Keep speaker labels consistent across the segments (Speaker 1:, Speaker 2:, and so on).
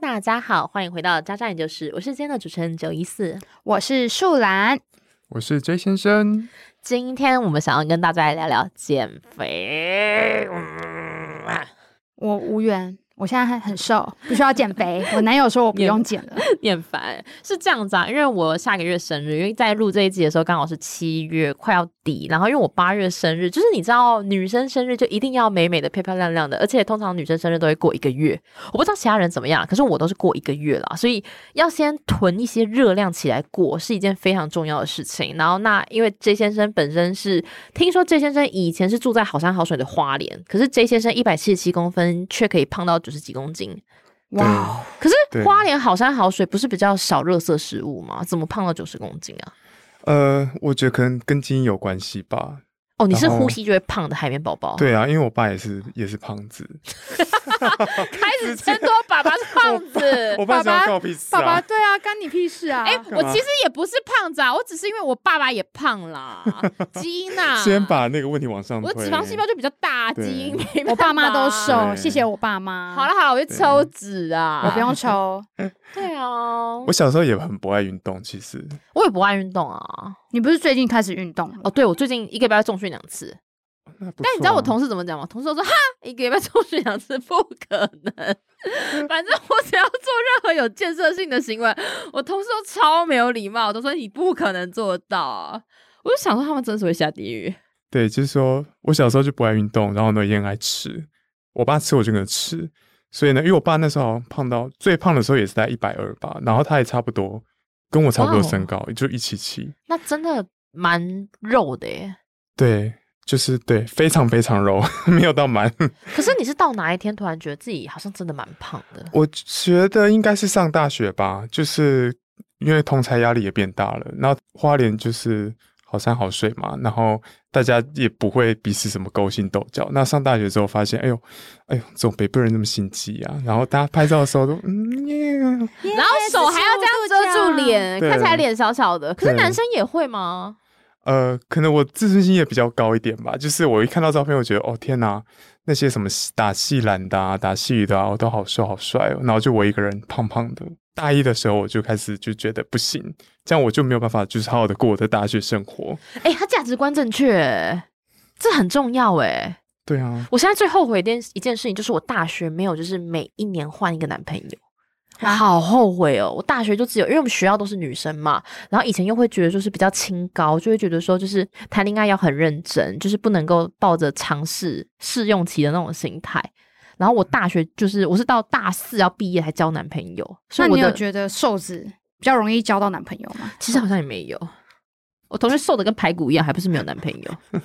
Speaker 1: 大家好，欢迎回到渣渣研究室，我是今天的主持人九一四。
Speaker 2: 我是树兰，
Speaker 3: 我是 J 先生，
Speaker 1: 今天我们想要跟大家来聊聊减肥。嗯啊
Speaker 2: 我无缘，我现在很很瘦，不需要减肥。我男友说 我不用减了，
Speaker 1: 你很烦，是这样子啊，因为我下个月生日，因为在录这一集的时候刚好是七月快要底，然后因为我八月生日，就是你知道女生生日就一定要美美的、漂漂亮亮的，而且通常女生生日都会过一个月，我不知道其他人怎么样，可是我都是过一个月啦，所以要先囤一些热量起来过是一件非常重要的事情。然后那因为 J 先生本身是听说 J 先生以前是住在好山好水的花莲，可是 J 先生一百七十七公分却可以胖到九十几公斤，
Speaker 2: 哇，
Speaker 1: 可是
Speaker 3: 对
Speaker 1: 花莲好山好水不是比较少热色食物吗？怎么胖到九十公斤啊？
Speaker 3: 呃，我觉得可能跟基因有关系吧。
Speaker 1: 哦，你是
Speaker 3: 然后
Speaker 1: 呼吸就会胖的海绵宝宝。，
Speaker 4: 哦
Speaker 3: 对啊，因为我爸也是也是胖子，
Speaker 1: 开始争夺爸爸是胖子
Speaker 3: 我爸
Speaker 4: 爸呃爸
Speaker 3: 想告屁事
Speaker 2: 爸爸，
Speaker 3: 啊！
Speaker 2: 对啊，干你屁事啊！
Speaker 4: 哎、我
Speaker 3: 嘛
Speaker 4: 其实也不是胖子啊，我只是因为我爸爸也胖 啦，基因
Speaker 1: 啊
Speaker 4: 呐、
Speaker 3: 先把那个问题往上推。
Speaker 4: 啊我的脂肪细胞就比较大，
Speaker 3: 对
Speaker 4: 基因没办法
Speaker 2: 我爸妈都瘦，
Speaker 3: 对
Speaker 2: 谢谢我爸妈。
Speaker 4: 好了，好了，我去抽脂啊，
Speaker 2: 我不。用抽，
Speaker 4: 对啊，
Speaker 3: 我小时候也很不爱运动，其实
Speaker 1: 我也不爱运动啊。
Speaker 2: 你不是最近开始运动
Speaker 1: 哦，
Speaker 2: 了？
Speaker 1: 对，我最近一个礼拜重训两次。
Speaker 3: 但
Speaker 4: 但你知道我同事怎么讲吗？同事都说哈，一个礼拜抽脂两次不可 能，反正我只要做任何有建设性的行为，我同事都超没有礼貌，都说你不可能做到。我就想说他们真的是会下地狱。
Speaker 3: 对，就是说我小时候就不爱运动，然后呢也很爱吃，我爸吃我就跟着吃，所以呢，因为我爸那时候好像胖到最胖的时候也是在一百二吧，然后他也差不多跟我差不多
Speaker 4: 哦
Speaker 3: 身高，也就一七七，
Speaker 1: 那真的蛮肉的耶。
Speaker 3: 对，就是对，非常非常柔， 没有到蛮。
Speaker 1: 可是你是到哪一天突然觉得自己好像真的蛮胖的？
Speaker 3: 我觉得应该是上大学吧，就是因为同才压力也变大了。然后花莲就是好山好水嘛，然后大家也不会彼此什么勾心斗角。那上大学之后发现，哎呦，哎呦，怎么北部人那么心机啊？然后大家拍照的时候都，嗯耶，
Speaker 4: 然后手还要这样遮住，脸，
Speaker 3: 对
Speaker 4: 看起来脸小小的。可是
Speaker 3: 对
Speaker 4: 男生也会吗？
Speaker 3: 呃，可能我自尊心也比较高一点吧。就是我一看到照片，我觉得，哦天哪，那些什么打细篮的、啊、打细鱼的、啊，我都好瘦好帅哦。然后就我一个人胖胖的。大一的时候我就开始就觉得不行，这样我就没有办法就是好好的过我的大学生活。
Speaker 1: 哎、他价值观正确，这很重要哎。
Speaker 3: 对啊，
Speaker 1: 我现在最后悔一件一件事情，就是我大学没有，就是每一年换一个男朋友。我好后悔哦！我大学就只有，因为我们学校都是女生嘛，然后以前又会觉得就是比较清高，就会觉得说就是谈恋爱要很认真，就是不能够抱着尝试试用期的那种心态。然后我大学就是我是到大四要毕业才交男朋友，所
Speaker 2: 那
Speaker 1: 以我
Speaker 2: 你有
Speaker 1: 的
Speaker 2: 觉得瘦子比较容易交到男朋友吗？
Speaker 1: 其实好像也没有。我同学瘦的跟排骨一样，还不是没有男朋友。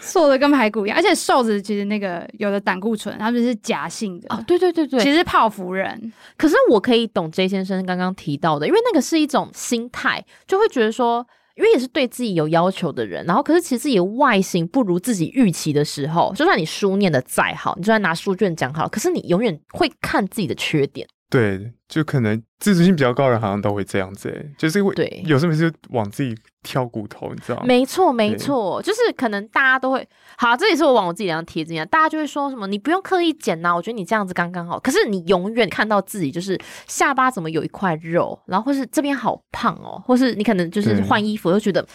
Speaker 2: 瘦的跟排骨一样，而且瘦子其实那个有的胆固醇，他们是假性
Speaker 1: 哦
Speaker 2: 的，，
Speaker 1: 对对对对，
Speaker 2: 其实是泡芙人。
Speaker 1: 可是我可以懂 J 先生刚刚提到的，因为那个是一种心态，就会觉得说，因为也是对自己有要求的人，然后可是其实自己的外形不如自己预期的时候，就算你书念的再好，你就算拿书卷讲好，可是你永远会看自己的缺点。
Speaker 3: 对，就可能自尊心比较高的人好像都会这样子、欸，就是会
Speaker 1: 对
Speaker 3: 有时候是往自己挑骨头，你知道吗？
Speaker 1: 没错，没错，就是可能大家都会，好，这也是我往我自己脸上贴金啊，大家就会说什么你不用刻意减呐、我觉得你这样子刚刚好。可是你永远看到自己就是下巴怎么有一块肉，然后或是这边好胖哦，或是你可能就是
Speaker 3: 对
Speaker 1: 换衣服就觉得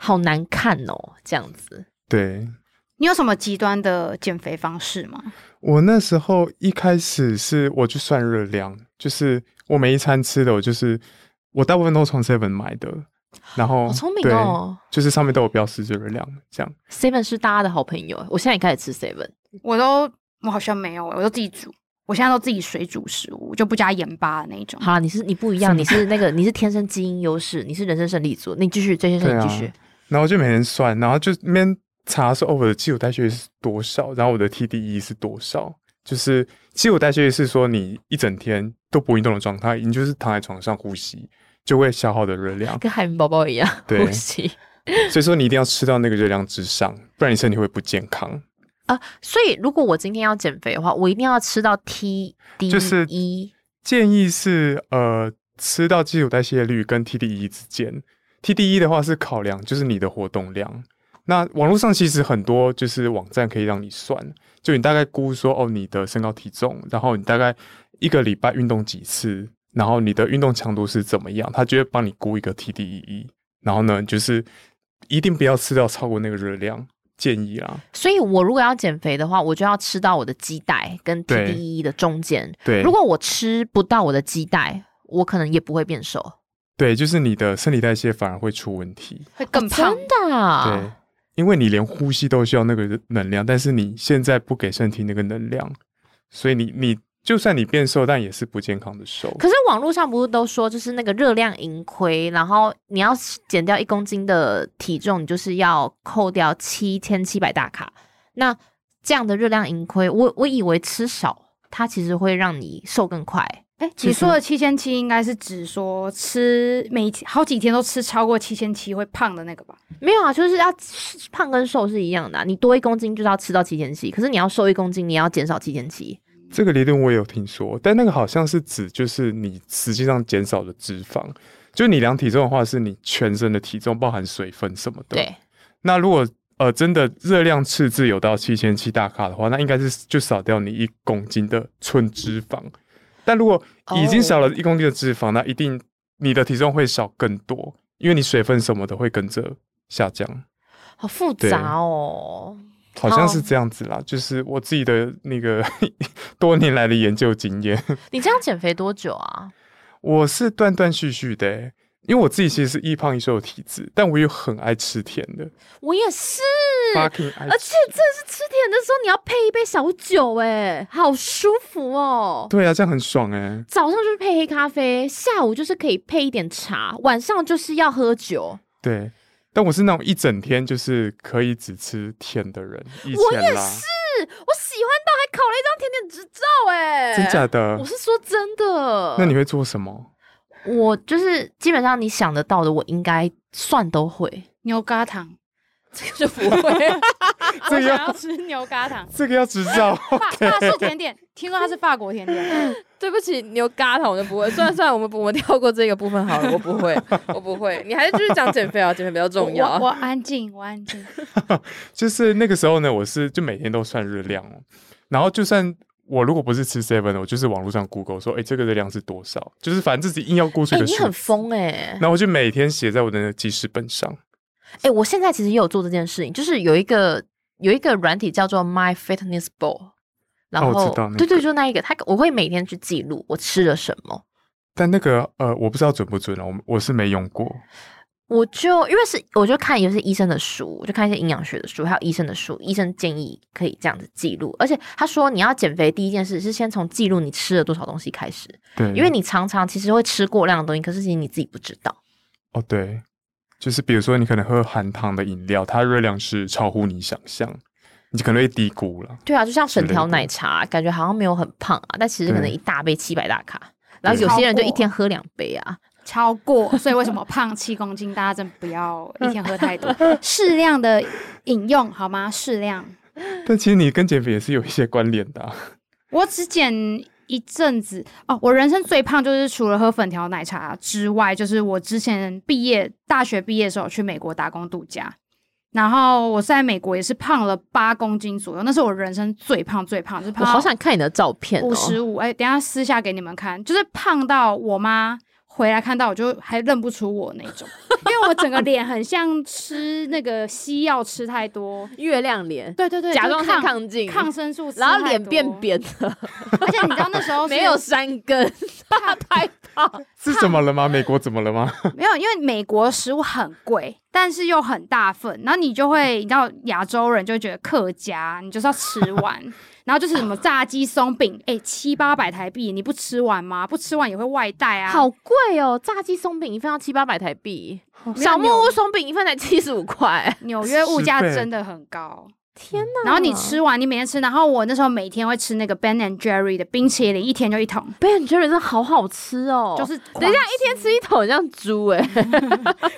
Speaker 1: 好难看哦，这样子。
Speaker 3: 对，
Speaker 2: 你有什么极端的减肥方式吗？
Speaker 3: 我那时候一开始是我去算热量，就是我每一餐吃的，我就是我大部分都从 Seven 买的，然后
Speaker 1: 好聪明哦
Speaker 3: 对就是上面都有标示这热量，这样
Speaker 1: Seven 是大家的好朋友，我现在也开始吃 Seven。
Speaker 2: 我都我好像没有、欸我都自己煮，我现在都自己水煮食物，就不加盐巴的那种。
Speaker 1: 好啦，你是你不一样，你是那个你是天生基因优势，你是人生胜利组。你继续，这先
Speaker 3: 对
Speaker 1: 生
Speaker 3: 啊
Speaker 1: 你继续。，
Speaker 3: 然后就每天算，然后就那边查说哦我的基础代谢率是多少，然后我的 TDE 是多少，就是基础代谢率是说你一整天都不运动的状态，你就是躺在床上呼吸就会消耗的热量，
Speaker 1: 跟海绵宝宝一样
Speaker 3: 对
Speaker 1: 呼吸
Speaker 3: 所以说你一定要吃到那个热量之上，不然你身体会不健康。
Speaker 1: 啊！所以如果我今天要减肥的话，我一定要吃到 T D
Speaker 3: 就是
Speaker 1: 一
Speaker 3: 建议是呃，吃到 E 基础代谢率跟 TDE 之间。TDE 的话是考量就是你的活动量，那网络上其实很多就是网站可以让你算，就你大概估说哦你的身高体重，然后你大概一个礼拜运动几次，然后你的运动强度是怎么样，它就会帮你估一个 TDEE。然后呢，就是一定不要吃掉超过那个热量，建议啦。
Speaker 1: 所以我如果要减肥的话，我就要吃到我的鸡带跟
Speaker 3: 对
Speaker 1: TDE 的中间。
Speaker 3: 对，
Speaker 1: 如果我吃不到我的鸡带，我可能也不会变瘦。
Speaker 3: 对，就是你的生理代谢反而会出问题。
Speaker 2: 会更胖。
Speaker 1: 哦真的啊、
Speaker 3: 对，因为你连呼吸都需要那个能量，但是你现在不给身体那个能量，所以你你就算你变瘦，但也是不健康的瘦。
Speaker 1: 可是网络上不是都说，就是那个热量盈亏，然后你要减掉一公斤的体重，你就是要扣掉七千七百大卡。那这样的热量盈亏，我我以为吃少，它其实会让你瘦更快。
Speaker 2: 哎，
Speaker 3: 其
Speaker 2: 你说
Speaker 3: 实
Speaker 2: 的七千七应该是指说吃每好几天都吃超过七千七会胖的那个吧？
Speaker 1: 没有啊，就是要吃胖跟瘦是一样的啊、你多一公斤就是要吃到七千七，可是你要瘦一公斤，你也要减少七千七。
Speaker 3: 这个理论我也有听说，但那个好像是指就是你实际上减少的脂肪，就你量体重的话，是你全身的体重，包含水分什么的。
Speaker 1: 对，
Speaker 3: 那如果呃真的热量赤字有到七千七大卡的话，那应该是就少掉你一公斤的纯脂肪。但如果已经少了
Speaker 4: 哦
Speaker 3: 一公斤的脂肪那一定你的体重会少更多，因为你水分什么的会跟着下降。
Speaker 1: 好复杂哦。
Speaker 3: 好像是这样子啦就是我自己的那个 多年来的研究经验，
Speaker 1: 你这样减肥多久啊？
Speaker 3: 我是断断续续的欸、因为我自己其实是易胖易瘦的体质，但我又很爱吃甜的
Speaker 1: 我也是，
Speaker 3: ，fucking 爱
Speaker 4: 嗯而
Speaker 3: 吃
Speaker 4: 且真的是吃甜的时候，你要配一杯小酒、哎，好舒服哦。
Speaker 3: 对啊，这样很爽哎、
Speaker 1: 早上就是配黑咖啡，下午就是可以配一点茶，晚上就是要喝酒。
Speaker 3: 对，但我是那种一整天就是可以只吃甜的人，以
Speaker 4: 我
Speaker 3: 前
Speaker 4: 也
Speaker 3: 啦，
Speaker 4: 是，我喜欢到还考了一张甜点执照、哎，
Speaker 3: 真假的
Speaker 4: 我？是说真的。
Speaker 3: 那你会做什么？
Speaker 1: 我就是基本上你想得到的，我应该算都会。
Speaker 2: 牛轧糖，
Speaker 4: 就不会？
Speaker 2: 我
Speaker 3: 这个
Speaker 2: 想要
Speaker 3: 要，
Speaker 2: 吃牛轧 糖
Speaker 3: 这个要执照，
Speaker 2: 法法式甜点，听说它是法国甜 点，
Speaker 4: 对不起，牛轧糖我就不会。算了算了，我们不我们跳过这个部分好了，我不会，我不会。你还是继续讲减肥啊，减肥比较重
Speaker 2: 我我
Speaker 4: 要。
Speaker 2: 安静，我安静。
Speaker 3: 就是那个时候呢，我是就每天都算热量哦，然后就算。我如果不是吃 seven 的，我就是网络上 Google 说，哎、这个热量是多少？就是反正自己硬要估出
Speaker 1: 哎、
Speaker 3: 一个
Speaker 1: 你
Speaker 3: 数。
Speaker 1: 很疯哎、欸！
Speaker 3: 然后我就每天写在我的记事本上。
Speaker 1: 哎、我现在其实也有做这件事情，就是有一个有一个软体叫做 My Fitness Ball，然
Speaker 3: 哦
Speaker 1: 后、
Speaker 3: 我知道那个
Speaker 1: 对对，就那一个，它我会每天去记录我吃了什么。
Speaker 3: 但那个呃，我不知道准不准啊，我我是没用过。
Speaker 1: 我就因为是我就看也是医生的书，我就看一些营养学的书，还有医生的书，医生建议可以这样子记录。而且他说你要减肥，第一件事是先从记录你吃了多少东西开始，
Speaker 3: 对，
Speaker 1: 因为你常常其实会吃过量的东西，可是其实你自己不知道。
Speaker 3: 哦，对，就是比如说你可能喝含糖的饮料，它热量是超乎你想象，你可能会低估了。
Speaker 1: 对啊，就像粉条
Speaker 3: 是的
Speaker 1: 奶茶，感觉好像没有很胖啊，但其实可能一大杯七百大卡，然后有
Speaker 2: 超
Speaker 1: 些人就一
Speaker 2: 过
Speaker 1: 天喝两杯啊。
Speaker 2: 超过，所以为什么胖七公斤？大家真不要一天喝太 多，适量的饮用好吗？适量。
Speaker 3: 但其实你跟减肥也是有一些关联的啊、
Speaker 2: 我只减一阵子哦，我人生最胖就是除了喝粉条奶茶之外，就是我之前毕业大学毕业的时候去美国打工度假，然后我在美国也是胖了八公斤左右，那是我人生最胖最胖，就是
Speaker 1: 我
Speaker 2: 胖
Speaker 1: 好
Speaker 2: 到
Speaker 1: 想看你的照片、哦，
Speaker 2: 五十五，哎，等一下私下给你们看，就是胖到我妈回来看到我就还认不出我那种，因为我整个脸很像吃那个西药吃太多，
Speaker 4: 月亮脸，
Speaker 2: 对对对，
Speaker 4: 假装
Speaker 2: 就是
Speaker 4: 在
Speaker 2: 抗
Speaker 4: 亢进，
Speaker 2: 抗生素，
Speaker 4: 然后脸变，扁了，
Speaker 2: 而且你知道那时 候是
Speaker 4: 没有山根，大拍到。
Speaker 3: 是怎么了吗？美国怎么了吗？
Speaker 2: 没有，因为美国食物很贵，但是又很大份，然后你就会，你知道亚洲人就会觉得客家，你就是要吃完，然后就是什么炸鸡松饼，哎，七八百台币，你不吃完吗？不吃完也会外带啊。
Speaker 1: 好贵哦！炸鸡松饼一份要七八百台币，小木屋松饼一份才七十五块。
Speaker 2: 纽约物价
Speaker 3: 十倍
Speaker 2: 真的很高。
Speaker 1: 天哪！
Speaker 2: 然后你吃完，你每天吃，然后我那时候每天会吃那个 Ben and Jerry 的冰淇淋，一天就一桶，
Speaker 1: Ben j e r 真的好好吃哦，
Speaker 2: 就是狂
Speaker 4: 等一下，一天吃一桶，像猪
Speaker 1: 欸
Speaker 4: 哎、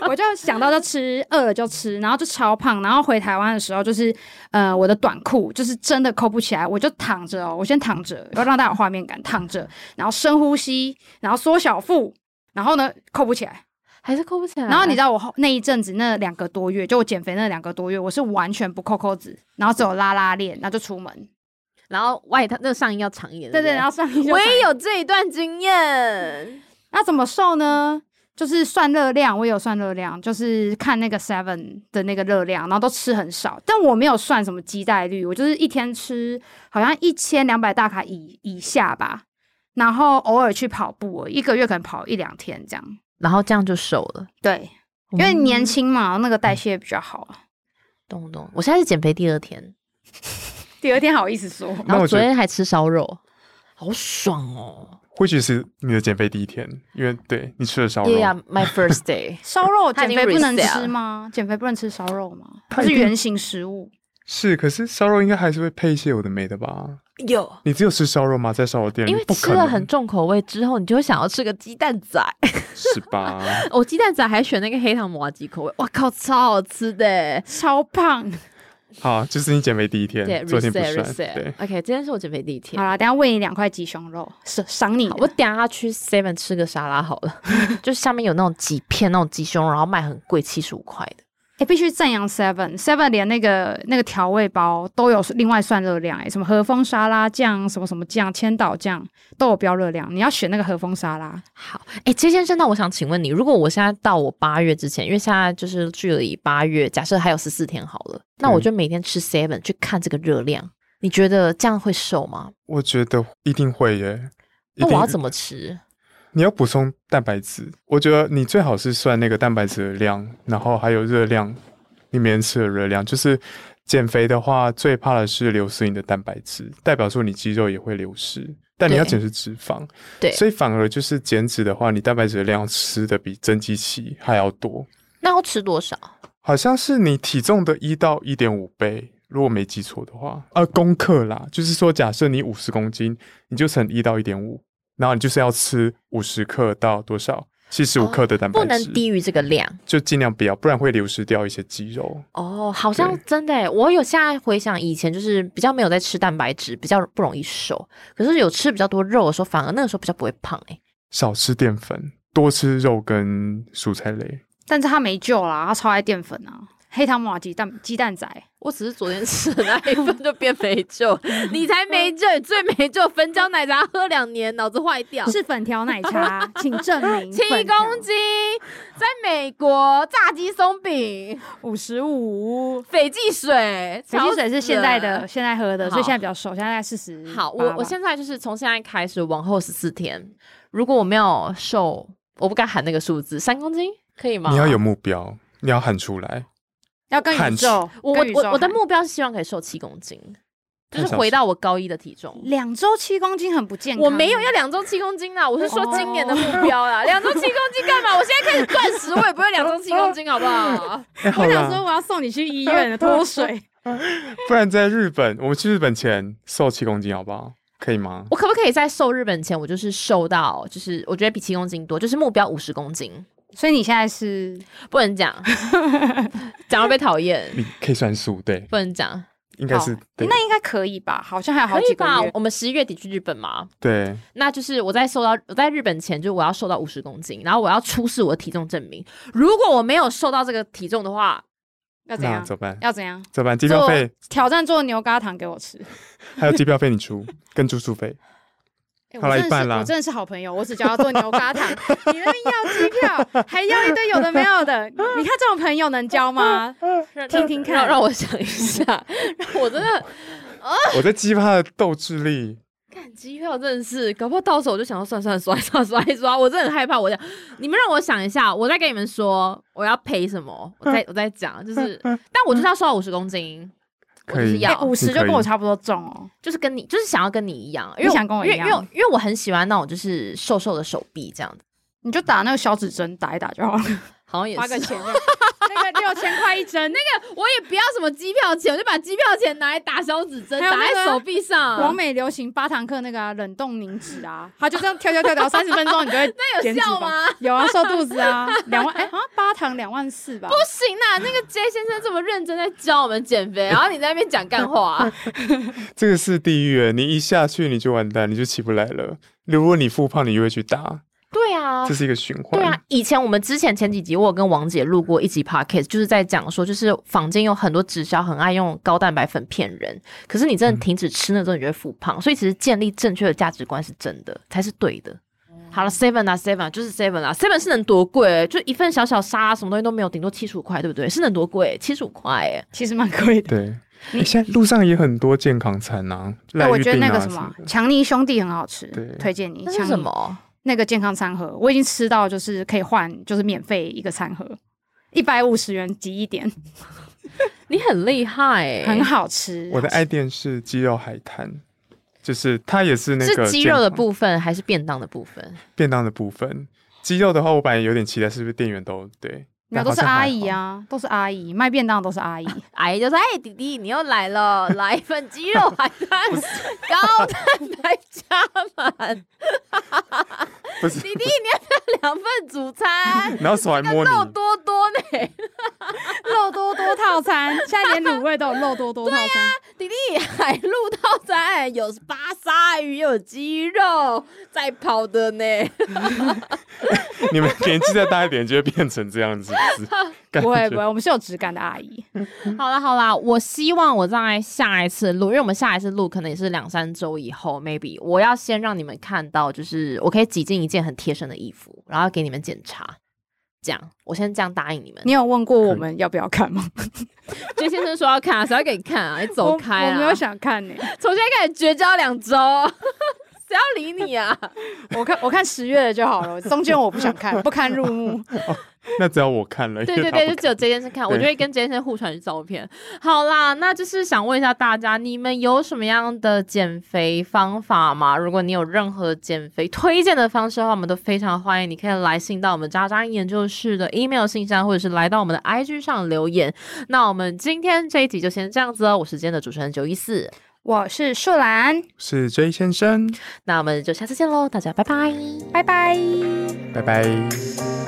Speaker 2: 我就想到就吃，饿了就吃，然后就超胖。然后回台湾的时候，就是呃，我的短裤就是真的扣不起来，我就躺着哦，我先躺着，要让大家有画面感，躺着，然后深呼吸，然后缩小腹，然后呢扣不起来，
Speaker 1: 还是扣不起来。
Speaker 2: 然后你知道我后那一阵子那两个多月，就我减肥那两个多月，我是完全不扣扣子，然后只有拉拉链，然后就出门。
Speaker 1: 然后外套那个上衣要长一点，
Speaker 2: 对
Speaker 1: 对
Speaker 2: 对，然
Speaker 1: 后
Speaker 2: 后 上衣就
Speaker 1: 我也
Speaker 2: 有。
Speaker 1: 有这一段经验，
Speaker 2: 那怎么瘦呢？就是算热量，我有算热量，就是看那个 Seven 的那个热量，然后都吃很少，但我没有算什么基带率，我就是一天吃好像一千两百大卡以以下吧，然后偶尔去跑步而已，一个月可能跑一两天这样。
Speaker 1: 然后这样就瘦了，
Speaker 2: 对，哦因为年轻嘛，那个代谢比较好。啊
Speaker 1: 懂懂。我现在是减肥第二天，
Speaker 2: 第二天好意思说，
Speaker 3: 那
Speaker 1: 然后
Speaker 3: 我觉
Speaker 1: 昨
Speaker 3: 得
Speaker 1: 天还吃烧肉，好爽哦！
Speaker 3: 或许是你的减肥第一天，因为对你吃了烧肉，
Speaker 1: Yeah, my first day
Speaker 2: 烧肉
Speaker 1: 他已
Speaker 2: 减
Speaker 1: 经
Speaker 2: 肥不能
Speaker 1: reset
Speaker 2: 吃
Speaker 1: 了
Speaker 2: 吗？减肥不能吃烧肉吗？
Speaker 3: 他
Speaker 2: 它
Speaker 3: 一
Speaker 2: 是
Speaker 3: 定
Speaker 2: 圆形食物。
Speaker 3: 是，可是烧肉应该还是会配一些有的没的吧？
Speaker 1: 有。
Speaker 3: 你只有吃烧肉吗？在烧肉店里
Speaker 1: 因为
Speaker 3: 不
Speaker 1: 吃
Speaker 3: 可
Speaker 1: 了
Speaker 3: 能
Speaker 1: 很重口味之后，你就会想要吃个鸡蛋 仔。
Speaker 3: 是吧？
Speaker 1: 我哦鸡蛋仔还选那个黑糖麻吉口味，哇靠，超好吃的！
Speaker 3: 哎
Speaker 2: 超胖，
Speaker 3: 好，就是你减肥第一
Speaker 1: 对
Speaker 3: 天，昨天不
Speaker 1: ，reset
Speaker 3: 算，对
Speaker 1: reset。。OK，今天是我减肥第一天
Speaker 2: 好。啦，等一下喂你两块鸡胸肉，赏赏你
Speaker 1: 好
Speaker 2: 的。
Speaker 1: 我等一下去 Seven 吃个沙拉好 了，就上面有那种几片那种鸡胸，然后卖很贵，七十五块的。
Speaker 2: 哎、必须赞扬 Seven Seven 连那个那个调味包都有另外算热量、欸，什么和风沙拉酱、什么什么酱、千岛酱都有标热量。你要选那个和风沙拉，
Speaker 1: 好，哎，崔先生，那我想请问你，如果我现在到我八月之前，因为现在就是距离八月，假设还有十四天好了，那
Speaker 3: 嗯
Speaker 1: 我就每天吃 Seven 去看这个热量，你觉得这样会瘦吗？
Speaker 3: 我觉得一定会耶。一
Speaker 1: 那哦我
Speaker 3: 定
Speaker 1: 要怎么吃？
Speaker 3: 你要补充蛋白质，我觉得你最好是算那个蛋白质的量，然后还有热量，你每天吃的热量。就是减肥的话，最怕的是流失你的蛋白质，代表说你肌肉也会流失，但你
Speaker 1: 对
Speaker 3: 要减是脂肪。
Speaker 1: 对
Speaker 3: 所以反而就是减脂的话，你蛋白质的量吃的比增肌期还要多，
Speaker 1: 那要吃多少？
Speaker 3: 好像是你体重的一到一点五倍。如果没记错的话，呃，功课啦，就是说，假设你五十公斤，你就乘一到一点五，然后你就是要吃五十克到多少？七十五
Speaker 1: 哦
Speaker 3: 克的蛋白
Speaker 1: 不
Speaker 3: 质，
Speaker 1: 能低于这个量。
Speaker 3: 就尽量不要，不然会流失掉一些肌肉。
Speaker 1: 哦，好像
Speaker 3: 对
Speaker 1: 真的耶，我有现在回想以前就是比较没有在吃蛋白质，比较不容易瘦。可是有吃比较多肉的时候，反而那个时候比较不会胖哎。
Speaker 3: 少吃淀粉，多吃肉跟蔬菜类。
Speaker 2: 但是他没救啦，他超爱淀粉啊，黑糖玛吉蛋鸡蛋仔。
Speaker 1: 我只是昨天吃的那一份就变没救，你才没救，你最没救，粉饺奶茶喝两年，脑子坏掉。
Speaker 2: 是粉条奶 茶，请证明
Speaker 1: 七公斤，在美国炸鸡松饼、
Speaker 2: 五十五。
Speaker 1: 斐济水，
Speaker 2: 肥鸡水是现在
Speaker 1: 超死
Speaker 2: 的，
Speaker 1: 了。
Speaker 2: 现在喝的，所以
Speaker 1: 好
Speaker 2: 现在比较瘦，现在四十。
Speaker 1: 好，我我现在就是从现在开始往后十四天，如果我没有瘦，我不敢喊那个数字，三公斤可以吗？
Speaker 3: 你要有目标，你要喊出来。
Speaker 2: 要跟宇
Speaker 3: 喊
Speaker 2: 宙，
Speaker 1: 我我
Speaker 2: 跟宇宙
Speaker 1: 我我的
Speaker 2: 喊
Speaker 1: 目标是希望可以瘦七公斤，就
Speaker 3: 太
Speaker 1: 是
Speaker 3: 少
Speaker 1: 回
Speaker 3: 吃
Speaker 1: 到我高一的体重。
Speaker 2: 两周七公斤很不健康。
Speaker 1: 我没有要两周七公斤啦，我是说今年的目标啦。两周七公斤干嘛？我现在开始断食，我也不会两周七公斤，好不好？
Speaker 3: 哎、好
Speaker 2: 我想说
Speaker 3: 啦，
Speaker 2: 我要送你去医院 了脱水。
Speaker 3: 不然在日本，我们去日本前瘦七公斤好不好？可以吗？
Speaker 1: 我可不可以在瘦日本前，我就是瘦到，就是我觉得比七公斤多，就是目标五十公斤，
Speaker 2: 所以你现在是
Speaker 1: 不能讲，讲会被讨厌，
Speaker 3: 你可以算数，对，
Speaker 1: 不能 讲，
Speaker 3: 应该
Speaker 2: 好
Speaker 3: 是对
Speaker 2: 那应该可以吧？好像还有好
Speaker 1: 可以
Speaker 2: 几个
Speaker 1: 吧
Speaker 2: 月？。
Speaker 1: 我们十一月底去日本嘛，
Speaker 3: 对。
Speaker 1: 那就是我在瘦到我在日本前，就我要瘦到五十公斤，然后我要出示我的体重证明。如果我没有瘦到这个体重的话，
Speaker 2: 要怎
Speaker 3: 那
Speaker 2: 样？
Speaker 3: 怎么办？
Speaker 2: 要怎样？
Speaker 3: 怎么办？机票费
Speaker 2: 挑战做牛轧糖给我吃。
Speaker 3: 还有机票费你出，跟住宿费。
Speaker 2: 欸
Speaker 3: 好啦
Speaker 2: 我真
Speaker 3: 一
Speaker 2: 的
Speaker 3: 半
Speaker 2: 是
Speaker 3: 啦
Speaker 2: 我真的是好朋友，我只教他做牛轧 糖，你那边要机票，还要一堆有的没有的。你看这种朋友能交 吗？听听看
Speaker 1: 让让我想一下， 让我真的
Speaker 3: 我在激发的斗志力，
Speaker 1: 干机票真的是，搞不好到时候我就想要算算 刷一刷刷一刷，我真的很害怕。我想你们让我想一下，我再跟你们说我要赔什么，我再我再讲，就是，但我就是要瘦到五十公斤，我
Speaker 3: 可
Speaker 1: 就是
Speaker 3: 以。
Speaker 1: 要
Speaker 2: 哎五十
Speaker 3: 你
Speaker 2: 就
Speaker 3: 可以
Speaker 2: 跟我差不多重哦。
Speaker 1: 就是跟你就是想要跟你一样，因为
Speaker 2: 你想跟我一样
Speaker 1: 因为因为因为我很喜欢那种就是瘦瘦的手臂这样子，
Speaker 2: 你就打那个小指针打一打就好了，
Speaker 1: 好像也
Speaker 2: 花
Speaker 1: 是
Speaker 2: 个。钱就，那个六千块一针，那
Speaker 1: 我也不要什么机票钱，我就把机票钱拿来打小指针，
Speaker 2: 还有
Speaker 1: 打
Speaker 2: 那个啊
Speaker 1: 在手臂上。
Speaker 2: 个完美流行八堂课那个啊冷冻凝脂啊，它就这样跳跳跳跳三十分钟，你就会
Speaker 1: 那有
Speaker 2: 减脂
Speaker 1: 效
Speaker 2: 吧
Speaker 1: 吗？
Speaker 2: 有啊，瘦肚子啊，两万哎，好像八堂两万四吧。
Speaker 1: 不行啦，那个 J 先生这么认真在教我们减肥，然后你在那边讲干话、
Speaker 3: 这欸个是地狱耶，你一下去你就完蛋，你就起不来了。如果你复胖，你就会去打。
Speaker 1: 对啊
Speaker 3: 这，是一个循环。
Speaker 1: 对啊，以前我们之前前几集我有跟王姐录过一集 podcast，就是在讲说，就是坊间有很多直销很爱用高蛋白粉骗人，可是你
Speaker 3: 嗯
Speaker 1: 真的停止吃那之后，你就会复胖。所以其实建立正确的价值观是真的，才是对的。
Speaker 3: 嗯
Speaker 1: 好了，seven 啊，seven 啊就是 seven 啊，seven 是能多贵、就一份小小沙什么东西都没有，顶多七十五块，对不对？是能多贵、七十五块、欸，
Speaker 2: 其实蛮贵的。
Speaker 3: 对，你现在路上也很多健康餐啊，
Speaker 2: 哎，
Speaker 3: 赖
Speaker 2: 我
Speaker 3: 玉
Speaker 2: 觉得
Speaker 3: 饼
Speaker 2: 那个
Speaker 3: 啊
Speaker 2: 什么
Speaker 3: 么的，
Speaker 2: 强尼兄弟很好吃
Speaker 3: 对，
Speaker 2: 推荐你。
Speaker 1: 那
Speaker 2: 强
Speaker 1: 是
Speaker 2: 尼
Speaker 1: 什？么？
Speaker 2: 那个健康餐盒，我已经吃到就是可以换，就是免费一个餐盒，一百五十元抵一点，
Speaker 1: 你很厉害、欸，
Speaker 2: 很好吃。
Speaker 3: 我的爱店是鸡肉海滩，就是它也是那个
Speaker 1: 是鸡肉
Speaker 3: 健
Speaker 1: 的
Speaker 3: 康
Speaker 1: 部分还是便当的部分？
Speaker 3: 便当的部分。鸡肉的话，我本来有点期待是不是店员都对，
Speaker 2: 没有
Speaker 3: 但
Speaker 2: 都
Speaker 3: 好
Speaker 2: 是
Speaker 3: 像还
Speaker 2: 阿姨
Speaker 3: 好。
Speaker 2: 啊，都是阿姨卖便当都是 阿姨。
Speaker 4: 阿姨就说：“哎、弟弟，你又来 了，来一份鸡肉海滩，高蛋白加满，
Speaker 3: 不是，
Speaker 4: 弟弟你要不要两份主餐？
Speaker 3: 然后手还 摸你，
Speaker 4: 肉多多呢，
Speaker 2: 肉多多套餐，现在连卤味都有肉多多套餐。
Speaker 1: 啊
Speaker 4: 弟弟海陆套餐有巴沙鱼，又有鸡肉，在跑的呢。
Speaker 3: 你们年纪再大一点就会变成这样子，是不是感
Speaker 2: 不会不
Speaker 3: 觉
Speaker 2: 会，我们是有质感的阿姨。
Speaker 1: 好啦好啦，我希望我在下一次录，因为我们下一次录可能也是两三周以后，maybe 我要先让你们看到，就是我可以挤进一件很贴身的衣服，然后给你们检查。这样，我先这样答应你们
Speaker 2: 你。有问过我们要不要看吗？
Speaker 4: 杰先生说要看、啊，谁要给你看啊？你走开
Speaker 2: 我
Speaker 4: 啊！
Speaker 2: 我没有想看呢、
Speaker 4: 从现在开始绝交两 周，谁要理你啊？
Speaker 2: 我看我看十月的就好了，中间我不想看，不堪入目。
Speaker 3: 那只要我看了，
Speaker 1: 对
Speaker 3: 因
Speaker 1: 对
Speaker 3: 为
Speaker 1: 对，
Speaker 3: 他
Speaker 1: 就
Speaker 3: 不
Speaker 1: 只有这件事看，
Speaker 3: 对
Speaker 1: 我就会跟这件事互传照片。好啦，那就是想问一下大家，你们有什么样的减肥方法吗？如果你有任何减肥推荐的方式的话，我们都非常欢迎，你可以来信到我们渣渣研究室的 email 信箱，或者是来到我们的 IG 上留言。那我们今天这一集就先这样子哦，我是今天的主持人九一四，
Speaker 2: 我是树兰，
Speaker 3: 是 J 先生，
Speaker 1: 那我们就下次见喽，大家拜拜。
Speaker 2: 拜拜。
Speaker 3: 拜拜。